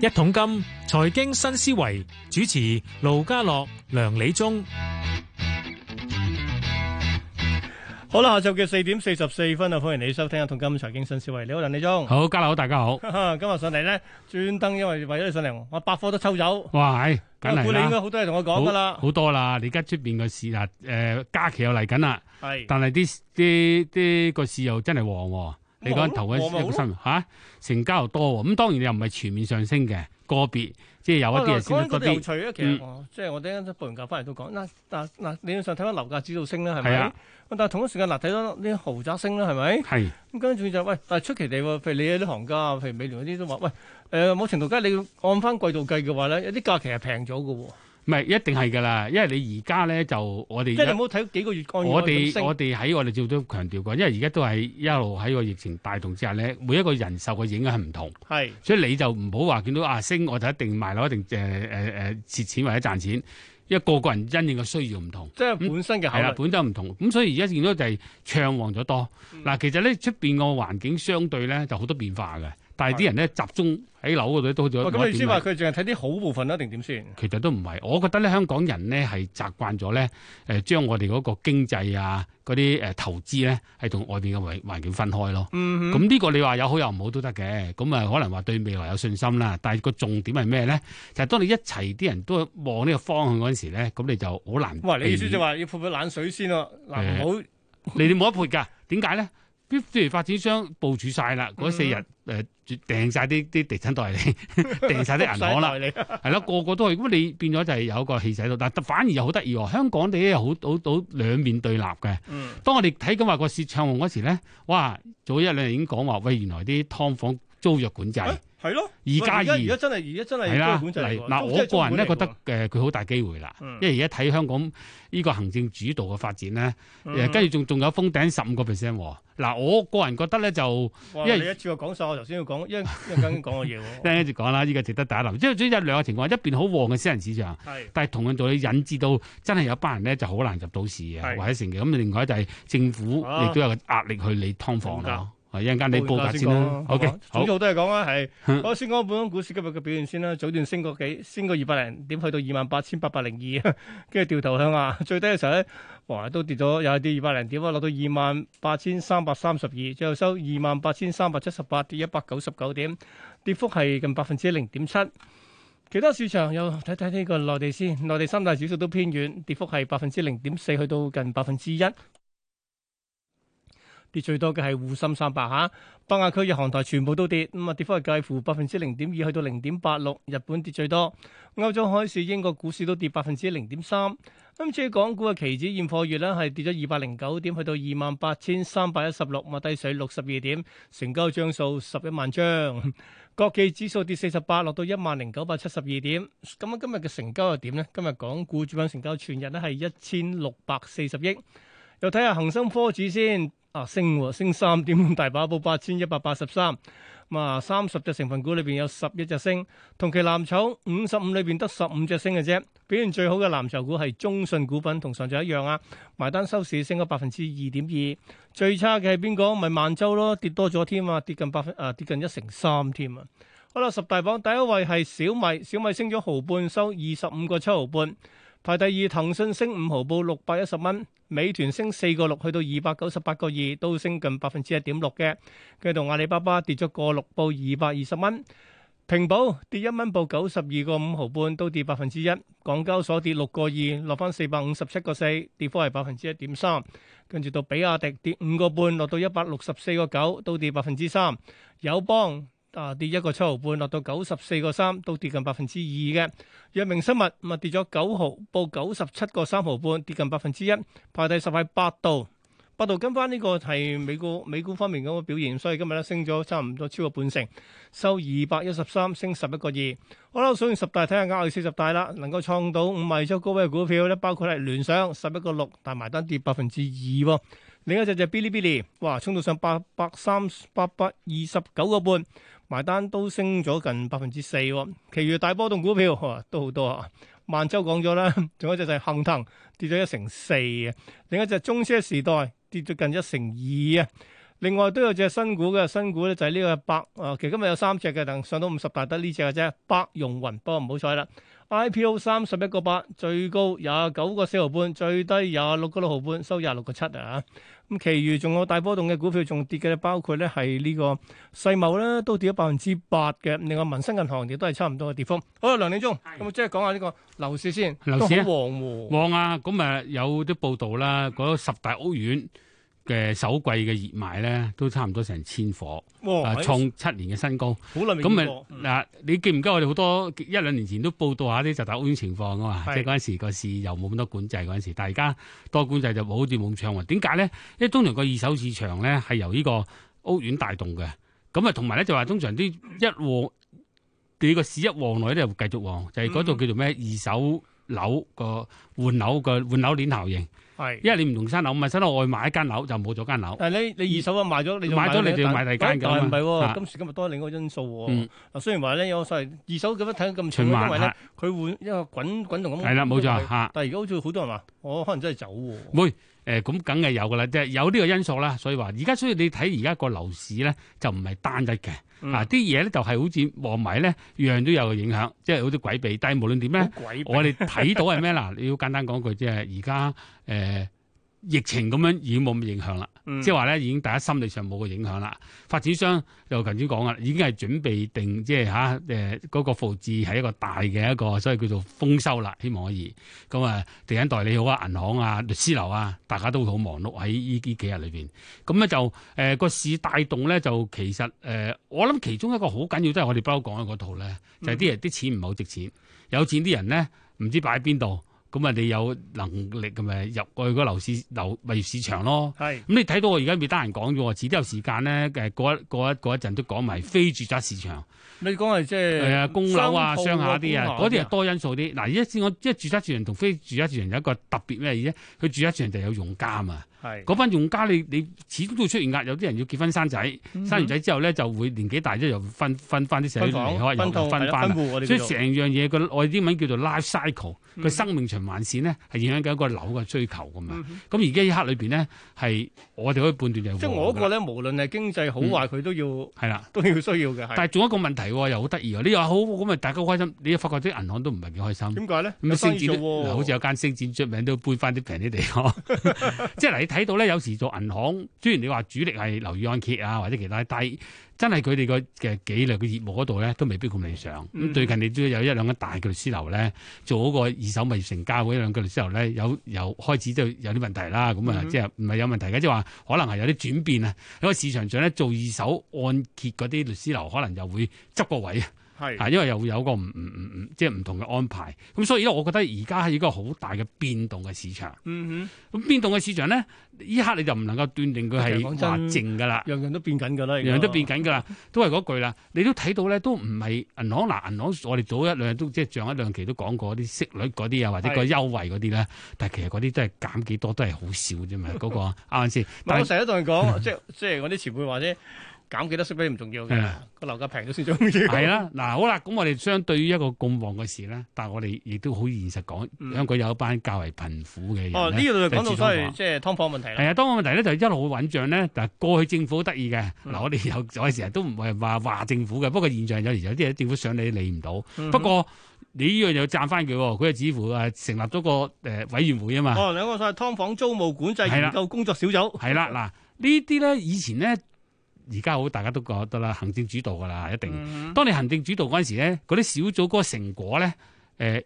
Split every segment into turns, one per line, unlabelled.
一桶金財經新思維主持盧家樂、梁理中，
好啦，下晝嘅四點四十四分啊，歡迎你收聽《一桶金財經新思維》。你好，梁理 中。
好，家樓大家好，
今日上嚟咧，專登因為為咗你上嚟，我百科都抽走。
哇，係，梗
我估
係
你應該
啦，
好多嘢同我講噶啦。
好多啦，你而家出邊個市嗱，誒、假期又嚟緊啦，
係
但係啲啲啲個市又真係旺喎，你講頭
啊旺咪
嗰
好
一
咯
心嚇、成交又多喎，咁當然又唔係全面上升嘅，個別即係有一啲係先
講緊嗰
得嗰
啲有
啲，
趣啊，其實我即係我等陣報完價翻嚟都講。嗱嗱嗱，理論上睇翻樓價指數升啦，係
係
咪
啊？
但係同一時間嗱，睇到啲豪宅升啦，係咪？
係
咁跟住就喂，但係出奇地喎，譬如你有啲行家，譬如美聯嗰啲都話，喂，誒、某程度梗係你要按翻季度計嘅話咧，有啲假期係平咗嘅喎，
唔係一定係㗎啦？因為你而家咧就我
即
哋
係
而
你
家
冇睇幾個月按月
我
咁升
哋我哋喺我哋照都強調過，因為而家都係一路喺個疫情帶動之下咧，每一個人受嘅影響係唔同。
係
所以你就唔好話見到啊升我就一定賣樓，一定誒誒誒蝕錢或者賺錢，因為個個人因應嘅需要唔同，
即係本身嘅考
係啦，
慮。
本身唔同，咁所以而家見到就係暢旺咗多。嗱、其實咧出邊個環境相對咧就好多變化嘅，但係啲人咧集中喺樓嗰度都好似
喂咁
冇
你
一
先
點
話
位
佢淨係睇啲好部分啦，定點先？
其實都唔係，我覺得咧香港人咧係習慣咗咧誒將我哋嗰個經濟啊嗰啲誒投資咧係同外邊嘅環環境分開咯。
嗯
咁呢個你話有好有唔好都得嘅，咁啊可能話對未來有信心啦。但係個重點係咩咧？就係、當你一齊啲人都望呢個方向嗰陣時咧，咁你就好難避
哼，
免。
喂，你意思就話要潑潑冷水先咯，嗱，
誒
唔好
你哋冇得配㗎？點解咧？譬如發展商部署晒啦，嗰四日誒、
嗯
呃訂晒啲啲地產 代理，訂晒啲銀行啦，
你係
係啦，個個都係咁，你變咗就係有一個氣勢喺度。但反而又好得意喎，香港地咧好好好兩面對立嘅。
嗯
當我哋睇緊話個市暢旺嗰時咧，哇！早一兩日已經講話，喂，原來啲劏房租約管制。
誒係咯，
二加
而家而家
二
真係而家真
係
係
啦，
都係管制嚟
嚟
喎
嗱，
都
我
真係
個人咧覺
中
得
管
誒佢好大機會啦，
嗯
因為而家睇香港呢個行政主導嘅發展咧，
嚟
誒
喎
跟住仲仲有封頂十五個 percent 喎。嗱，我個人覺得咧就
哇
因為
你一次過講晒，我頭先要講，一一陣間講嘅 嘢
一
喎。
陣住講啦，呢個值得打留。即係主要有兩個情況，一邊好旺嘅私人市場。
係
但係同樣道理引致到真係有班人咧就好難入到市
係
嘅，或者成嘅。咁另外就係政府
啊
亦都有個壓力去理劏房咯。啊係一陣間你報價先啦。
好啊
OK，好
早。早都係講啦，係。
嗯
我先講本港股市今日嘅表現先啦，早段升過幾，升過二百零點，去到二萬八千八百零二， 跟住掉頭向下， 最低嘅時候咧，哇都跌咗又係跌二百零點啊，落到二萬八千三百三十二，最後收二萬八千三百七十八，跌一百九十九點，跌幅係近百分之零點七。其他市場又睇睇呢個內地先，內地三大指數都偏軟，跌幅係百分之零點四，去到近百分之一。跌最多嘅係滬深三百嚇，北亞區日韓台全部都跌，咁啊跌幅係介乎百分之零點二去到零點八六，日本跌最多。歐洲開市，英國股市都跌百分之零點三。咁至於港股嘅期指現貨月咧，係跌咗二百零九點，去到二萬八千三百一十六，啊低水六十二點，成交張數十一萬張。國企指數跌四十八，落到一萬零九百七十二點。咁啊，今日嘅成交又點呢？今日港股主板成交全日咧係一千六百四十億。又睇下恒生科指先，啊升喎，升三點，大把報八千一百八十三。咁啊，三十隻成分股裏邊有十一隻升，同期藍籌五十五裏邊得十五隻升嘅啫。表現最好嘅藍籌股係中信股份，同上晝一樣啊，埋單收市升咗百分之二點二。最差嘅係邊個？咪萬洲咯，跌多咗添啊，跌近百分啊，跌近一成三添啊。好啦，十大榜第一位係小米，小米升咗毫半，收二十五個七毫半。排第二，騰訊升五毫，報六百一十蚊；美團升四個六，去到二百九十八個二，都升近百分之一點六嘅。跟住到阿里巴巴跌咗個六，報二百二十蚊。平保跌一蚊，報九十二個五毫半，都跌百分之一。港交所跌六個二，落翻四百五十七個四，跌幅係百分之一點三。跟住到比亞迪跌五個半，落到一百六十四個九，都跌百分之三。友邦啊跌一個七毫半，落到九十四個三，都跌近百分之二嘅。藥明生物咁啊跌咗九毫，報九十七個三毫半，跌近百分之一。排第十係百度，百度跟翻呢個係美股美股方面嗰個表現，所以今日咧升咗差唔多超過半成，收二百一十三，升十一個二。好啦，數完十大，睇下額外四十大啦，能夠創到五米周高位嘅股票咧，包括係聯想十一個六，但埋單跌百分之二喎。另一隻就係 Bilibili，哇，衝到上八百三八百二十九個半。埋單都升咗近百分之四喎，其餘大波動股票哇都好多啊。萬洲講咗啦， 仲有一隻就係恒騰跌咗一成四啊，另一隻中車時代跌咗近一成二啊。另外都有隻新股嘅，新股咧就係呢個百啊，其實今日有三隻嘅，但上到五十大得呢只嘅啫，百融雲，不過唔好彩啦，IPO 三十一個八，最高廿九個四毫半，最低廿六個六毫半，收廿六個七啊。咁，其餘仲有大波動嘅股票仲跌嘅，包括咧係呢個世茂咧都跌咗百分之八嘅，另外民生銀行亦都係差唔多嘅跌幅。好啦，梁理中，咁即係講下呢個樓市先，
樓
都好
市啊
黃喎。
旺啊！咁啊有啲報道啦，嗰十大屋苑嘅首季嘅熱賣咧，都差唔多成千伙，啊
哇，
創七年嘅新高。
好耐未
咁
見
咪
過。嗯
嗱，你記唔記得我哋好多一兩年前都報道下啲就大屋苑情況噶嘛？
係
即係嗰陣時個市又冇咁多管制嗰陣時，但係而家多管制就冇好似冇咁暢運。點解咧？因為通常個二手市場咧係由呢個屋苑帶動嘅，咁啊同埋咧就話通常啲一旺，你個市一旺落去咧就繼續旺，就係
嗯
嗰度叫做咩二手樓個換樓個換樓鏈效應。
係。
因為你唔同新樓，唔係新樓外賣一間樓就冇咗間樓。
但係你你二手啊賣咗，你就
買咗
另
你
一
就要
單
買第二間㗎嘛
但係唔係喎，
啊
今時今日多另一個因素喎
嗯。
嗱，雖然話咧有所謂二手咁樣睇得咁重，
循
因
環
為咧佢換一個滾滾動咁。
係啦，冇錯嚇。
但係而家好似好多人話，我可能真係走喎。
誒咁梗係有噶啦，即係有呢個因素啦，所以話而家所以你睇而家個樓市咧就唔係單一嘅，
嗯
啊啲嘢咧就係好似望埋咧樣都有個影響，即係好似鬼避。但係無論點
好
咧，
鬼
我哋睇到係咩嗱？你要簡單講句即係而家誒疫情咁樣已經冇咁影響啦，
嗯
即係話咧已經大家心理上冇個影響啦。發展商就頭先講啦，已經係準備定即係嚇誒嗰個復置係一個大嘅一個，所以叫做豐收啦，希望可以。咁啊，地產代理好啊，銀行啊、律師樓啊，大家都好忙碌喺呢呢幾日裏邊。咁咧就誒個、市帶動咧，就其實誒、呃我諗其中一個好緊要都係我哋不嬲講嘅嗰套咧，就係啲人啲錢唔係好值錢，有錢啲人咧唔知擺喺邊度，咁啊你有能力咁咪入去個樓市樓物業市場咯。
係
咁你睇到我而家未得閒講嘅喎，遲啲有時間咧，誒嗰一嗰一嗰一陣都講埋非住宅市場，
你講係即
係
係
啊，公樓啊、
商鋪
商廈啲啊，
工廈
嗰啲係多因素啲。嗱，而家先講即係住宅市場同非住宅市場有一個特別咩嘢啫？佢住宅市場就有用家嘛，
係
嗰班用家你你始終都會出現壓，有啲人要結婚生仔，
嗯哼
生完仔之後咧就會年紀大咗又分分翻啲社
分
會
房
離開，
分
又
套
分
係啦
翻
分。戶我哋
所以
叫做
成樣嘢個我哋英文叫做 life cycle，
嗯
個生命循環線咧係影響緊一個樓嘅需求噶嘛
嗯。哼
咁而家一刻裏邊咧係我哋可以判斷就係
即係我
旺
嗰
㗎
個
啦
咧，無論係經濟好壞，佢都要
係啦。
都要需要嘅。係
但係仲有一個問題喎，又好得意喎。你話好咁啊，大家好開心，你又發覺啲銀行都唔係幾開心。
點解咧？
咁
有生
啊，星
意
展
做
都
喎，
嗱好似有間星展出名都搬翻啲平啲地方。 即係嗱，你睇到咧，有時做銀行，雖然你話主力係樓宇按揭啊或者其他，但係真係佢哋個嘅紀律嘅業務嗰度咧，都未必咁理想。咁、
嗯
最近你都有一兩間大嘅律師樓咧，做嗰個二手物業成交嗰一兩間律師樓咧，有有開始就有啲問題啦。咁啊、
嗯
即係唔係有問題嘅，即係話可能係有啲轉變啊。喺個市場上咧，做二手按揭嗰啲律師樓，可能又會執個位啊。
係
啊，因為又會有個唔唔唔唔，即係唔同嘅安排。咁所以咧，我覺得而家係一個好大嘅變動嘅市場。
嗯
咁變動嘅市場咧，依刻你就唔能夠斷定佢
其實講
係
真
話靜㗎啦
哼，，樣樣都變緊㗎啦，而家
樣樣都變緊㗎啦，都係嗰句啦。你都睇到咧，都唔係銀行嗱，銀行我哋早一兩日都即係上一兩期都講過啲息率嗰啲啊，或者個
係
優惠嗰啲咧，但係其實嗰啲都係減幾多都係好少啫嘛，嗰、個啱唔啱先？
唔係，
但
我
係
成日都同人講， 即係即係我啲前輩話啫，減幾多息俾你唔重要
係
嘅
啊，
個樓價平咗先重要。
係啊啦，嗱好啦，咁我哋相對於一個咁旺嘅事咧，但係我哋亦都好現實
嗯
講，香港有一班較為貧苦嘅人
哦，呢
咧
度就講到所
就自動
謂
化
即係劏房問題啦。
係啊，當個問題咧就一路穩漲咧，但係過去政府好得意嘅，嗱、
嗯
我哋有我哋成日都唔係話話政府嘅，不過現象有時有啲嘢政府想你理唔到，
嗯
不過你呢樣又賺翻佢喎，佢係似乎啊成立咗個誒、呃委員會啊嘛，
哦，兩個所謂劏房租務管制
係啦
研究工作小組。
係啦、嗱呢啲咧以前咧而家好大家都覺得啦，行政主導噶啦，一定。
嗯
當你行政主導嗰陣時咧，嗰啲小組嗰個成果咧，誒、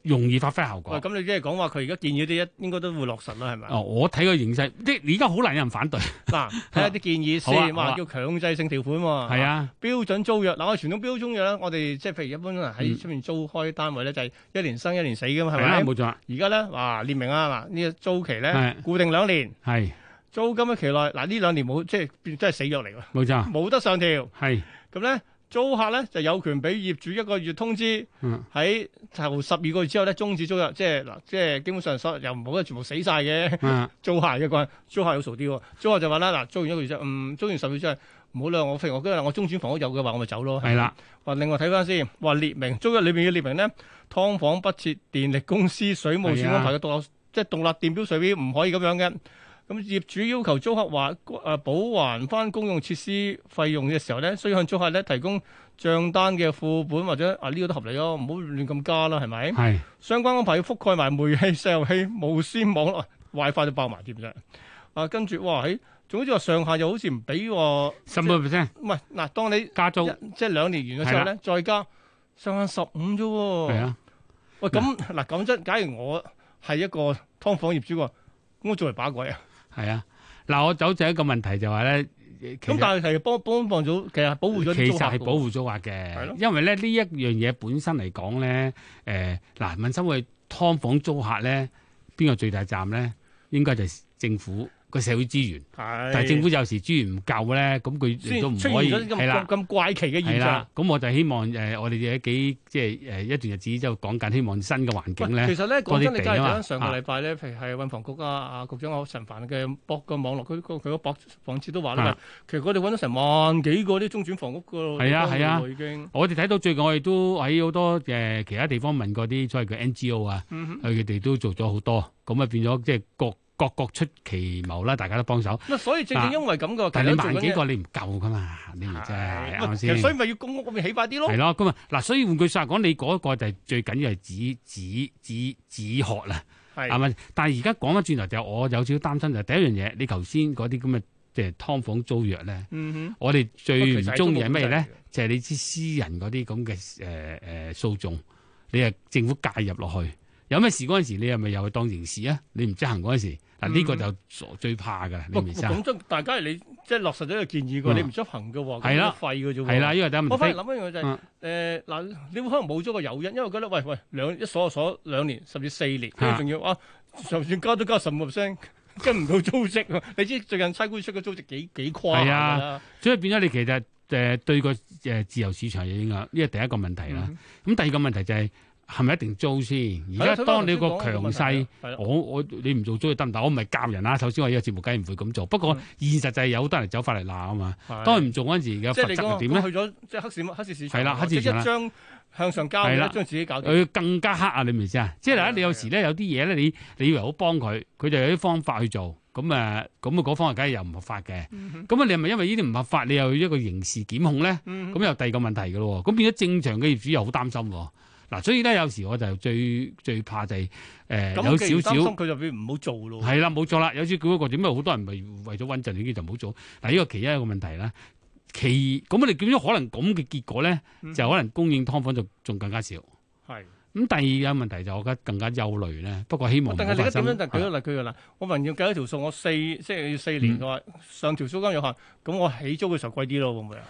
容易發揮效
喂，
果。
咁你即係講話佢而家建議啲一應該都會落實啦，係咪？
哦，我睇個形勢，即係你而家好難有人反對，
嗱，睇下啲建議
好啊
先，
好
話
啊
叫強制性條款喎。
係啊，
標準租約嗱，我哋傳統標準約咧，我哋即係譬如一般人喺
嗯
出面租開單位咧，就係一年生一年死噶嘛，係
係啦，
咪？
冇錯，
而家咧，哇，列明啊，嗱，呢個租期咧
係
固定兩年，
係
租金嘅期內嗱呢兩年冇即係變真係死約嚟 喎，
冇錯，
冇得上調。
係
咁咧租客咧就有權俾業主一個月通知，
嗯
喺頭十二個月之後咧終止租約，即係嗱，即係基本上所有又唔好全部死晒嘅
啊
租客嘅關，租客有傻啲喎，租客就話啦嗱，租完一個月之後，嗯，租完十二個月之後。唔好啦，我譬如我今日我中轉房屋有嘅話，我咪走咯。
係啦。
話啊另外睇翻先，話列明租約裏面嘅列明咧，劏房不設電力公司、水務署
係啊
安排嘅獨立，即係獨立電表水表唔可以咁樣嘅。咁業主要求租客還誒補還翻公用設施費用嘅時候咧，需要向租客咧提供帳單嘅副本或者啊呢、個都合理咯，唔好亂咁加啦，係咪？
係
相關安排要覆蓋埋煤氣、石油氣、無線網絡、WiFi 都爆埋添啫。啊，跟住哇喺，總之話上下又好似唔俾喎，
十五 percent
唔係嗱，當你
加租
一哦即係兩年完咗之後咧，再加上限十五啫喎。
係啊，
喂，咁嗱講真，假如我係一個劏房業主喎，咁我作為把鬼啊？
係啊。嗱，我走就一個問題就話咧，其
咁
實
但係係幫幫幫咗，其實保護咗
其
啲
實
租客
係
嘅
保
喎。
護租客
係
嘅
咯，
因為咧呢一樣嘢本身嚟講咧，誒嗱民生會劏房租客咧，邊個最大站咧？應該就係政府個社會資源，
係
但係政府有時資源唔夠咧，咁佢亦
先
都唔
出
可以
現咗啲
係
咁
啦。
咁怪奇嘅
係
現象
啦。，咁我就希望誒、我哋嘅幾即係誒一段日子之後講緊，希望新嘅環境
喂，
咧，
其實咧講真，你
多啲地
梗係
啊嘛
睇上個
啊
禮拜咧，譬如係運房局啊、啊局長我陳凡嘅博個網絡，佢佢佢個博房設都話啦
啊，
其實佢哋揾咗成萬幾個啲中轉房屋個
係啊係啊
已經
我哋睇到最近我哋都喺好多誒、其他地方問過啲所謂嘅 NGO 啊，
嗯哼
佢哋都做咗好多，咁啊變咗即係各各國出奇謀啦，大家都幫手。
咁啊所以正
啊
正因為咁個，
但係你
其實
萬
做緊
幾
嘅
個你唔夠噶嘛？你咪真係
喂
啱
其實
先？
所以咪要公屋嗰邊起快啲咯
係。咯，咁啊嗱，所以換句説話講，你嗰個就係最緊要係止止止止渴啦，啊係
係
咪？但係而家講翻轉頭就我有少少擔心就係第一樣嘢，你頭先嗰啲咁嘅即係劏房租約咧，
嗯
我哋
哼，
最唔中意係咩咧？
不過其實係中國經濟嚟嘅？
就係你知私人嗰啲咁嘅誒誒訴訟，你係政府介入落去，有咩事嗰陣時，你係咪又當刑事啊？你唔執行嗰陣時，嗱呢個就傻最怕㗎啦，你
喂
明啊唔明
嗯咁真，大家你即係落實咗個建議嘅，
嗯
你唔執行嘅喎，
係啦
咁都廢嘅啫喎。
係啦，因為等
我
問
反而
題
諗一樣嘢就係誒嗱，你會可能冇咗個誘因，因為覺得喂喂兩一鎖就鎖兩年甚至四年，跟住
啊
仲要啊，就算加都加十五 percent，跟唔到租息喎。你知最近差估出嘅租值幾幾誇
係
下
啊
㗎啦，
所以變咗你其實誒、呃、對個誒自由市場有影響，呢個第一個問題啦。
嗯
咁、第二個問題就係係咪一定租先？
係啦啊
而家
所以
當你
我頭先
個
講問
強
題啊
勢，
係啦
我我你唔做租就得唔得？我唔係教人啊啦。首先我呢個節目梗係唔會咁做，不過
嗯
現實就係有好多人走法嚟鬧啊嘛。
係
當然唔做嗰陣時嘅
即係你
罰則係
講
點
講
咧？
去咗即係黑市黑市市場，啊
係啦黑市
即
市
係
場啦
一張向上交嘅
係啦
一張自己搞掂。
佢更加黑啊！你明唔明先啊？即係
係啊
嗱，你有
係啊
時咧有啲嘢咧，你你以為好幫佢，佢就有啲方法去做，咁誒，咁啊嗰方法梗係又唔合法嘅。
嗯
咁啊，你係咪因為呢啲唔合法，你又一個刑事檢控咧？
嗯
咁又第二個問題嘅咯喎，咁變咗正常嘅業主又好擔心喎。嗱，所以咧有時我就最最怕就係、呃
咁
有
既然
少
擔心
少
佢就變唔好做咯。
係啦，冇錯啦，有少少嗰個點解好多人咪為咗穩陣呢啲就唔好做。嗱，呢個其一一個問題啦。其咁我哋見咗可能咁嘅結果咧，
嗯
就可能供應劏房就仲更加少。
係。
咁第二個問題就我覺得更加憂慮咧。不過希望唔
哦但
好
係你而家
發生啊
點樣？但舉個例，舉個例，我明要計一條數，我四即係要四年嘅話，上條租金有限，咁我起租嘅時候貴啲咯，會唔會啊？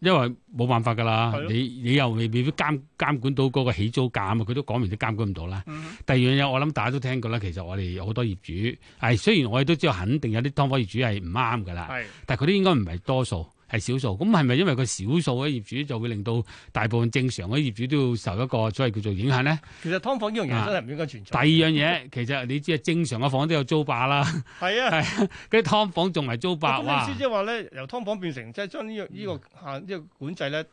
因為冇辦法㗎啦
係，咯
你你又未必監監管到嗰個起租價啊嘛，佢都講明都監管唔到啦。
嗯
第二樣嘢我諗大家都聽過啦，其實我哋有好多業主係雖然我哋都知道肯定有啲劏房業主係唔啱㗎啦，
係
但係佢啲應該唔係多數，係少數。咁係咪因為佢少數嘅業主就會令到大部分正常嘅業主都要受一個所謂叫做影響咧？
其實劏房呢樣嘢
啊
真係唔應該存
第
在。
二樣嘢其實你知啊，正常嘅房都有租霸啦，
係啊，
嗰啲劏房仲係租霸
咁啊
哇嗯
意思！即係話咧，由劏房變成即係將呢樣呢個限呢個管制咧，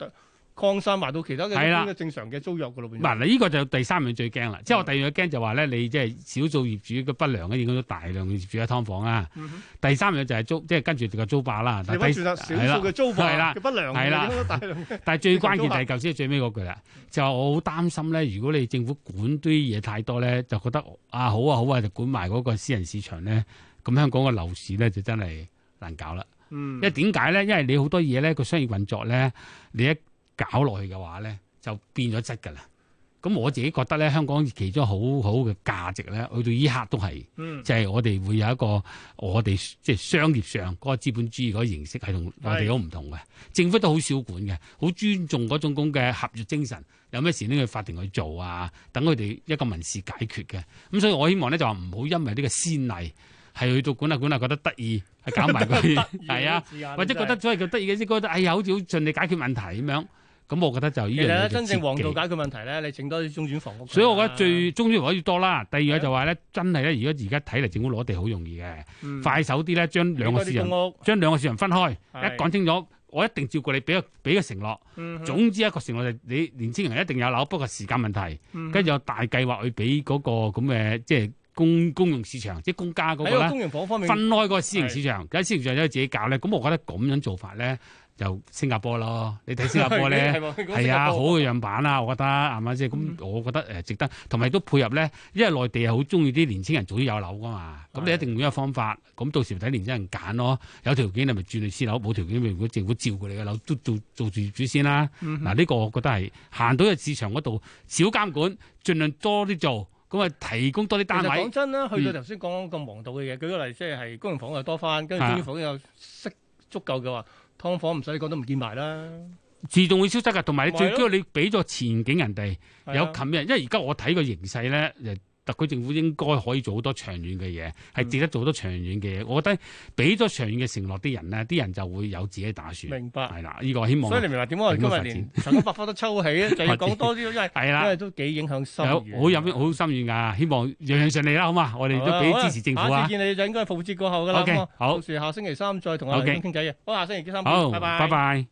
擴散埋到其他嘅
係啦
一般嘅正常嘅租約嘅咯，變咗
嗱，你呢個就第三樣最驚啦，即係我第二樣驚就話咧，你即係少數業主嘅不良咧，影響到大量嘅業主喺劏房啦。
嗯哼
第三樣就係租，即係跟住就個租霸啦。
你
但
揾
係
住
第
啦，
係
少
啦
數嘅租房
係啦
嘅不良
係啦
影響大量嘅
但係最關鍵就係頭先最尾嗰句啦，就係我好擔心咧，如果你政府管啲嘢太多咧，就覺得啊好啊好啊，就管埋嗰個私人市場咧，咁香港嘅樓市咧就真係難搞啦。
嗯
因為點解咧？因為你好多嘢咧個商業運作咧，你一搞落去嘅話咧，就變咗質㗎啦。咁我自己覺得咧，香港其中好好嘅價值咧，去到依刻都係。
嗯
就係我哋會有一個我哋即係商業上嗰個資本主義嗰個形式係同我哋好唔同嘅，政府都好少管嘅，好尊重嗰種咁嘅合約精神，有咩事呢去法庭去做啊，等佢哋一個民事解決嘅。咁所以我希望咧就話唔好因為呢個先例係去到管下管下覺得得意，係 搞埋佢 係啊，或者覺得所謂叫得意嘅先覺得哎呀好似好盡力解決問題咁樣，咁我覺得就呢
其實
樣嘢
咧
就
真正
切
王道
忌
解決問題咧，你整多啲中轉房屋佢啦。
所以我覺得最中意可以多啦。第二
係啊
個就話咧，真係咧，而家而家睇嚟政府攞地好容易嘅，
嗯
快手啲咧，將兩個市
整
場
多啲公屋
將兩個市場分開，一
係
講清楚，我一定照顧你，俾個俾個承諾。
嗯哼
總之一個承諾就係你年青人一定有樓，不過時間問題，
嗯哼
跟住有大計劃去俾嗰個咁嘅即係公公用市場，即係公家嗰個
喺個
咧，
公營房方面，
分開個私營市場，喺私營市場有自己搞咧。咁我覺得咁樣做法咧，就新加坡咯。你睇新加坡咧。係
係
啊，好嘅樣板啦，我覺得係咪先？
嗯
咁我覺得誒值得，同埋都配合咧，因為內地係好中意啲年青人早啲有樓噶嘛。咁你
係
一定會有方法，咁到時咪睇年青人揀咯。有條件你咪轉去私樓，冇條件咪如果政府照顧你嘅樓，都做做住業主先啦。
嗯
嗱，呢個我覺得係行到去市場嗰度，少監管，盡量多啲做，咁啊提供多啲單
其實講
位。
真啦，去到頭先講咁黃道嘅嘢，舉個例，即係係公營房又多翻，跟住
係啊
公營房又識足夠嘅話，劏房唔使講都唔見埋啦。
自動會消失㗎，同埋你
咪
最
係
緊要你俾咗前景人哋。
係啊
有冚人，因為而家我睇個形勢咧，誒特區政府應該可以做好多長遠嘅嘢，
嗯
係值得做好多長遠嘅嘢。我覺得俾咗長遠嘅承諾啲人咧，啲人就會有自己打算。
明白。
係啦，呢、個
所
希
以
望啊
你明白點解我哋今日連神經百科都抽起咧，就要講多啲，因為
係
因
啦
為，都幾影響
有
心願。
好有咩好心願㗎，希望樣樣順利啦，好嘛？我哋都俾支持政府
好下
啊
次！見你就應該係復節過後㗎啦。
OK，
咁啊
好
到時下星期三就同阿
OK
梁生傾偈嘅。好，下星期三見，
好，
拜
拜拜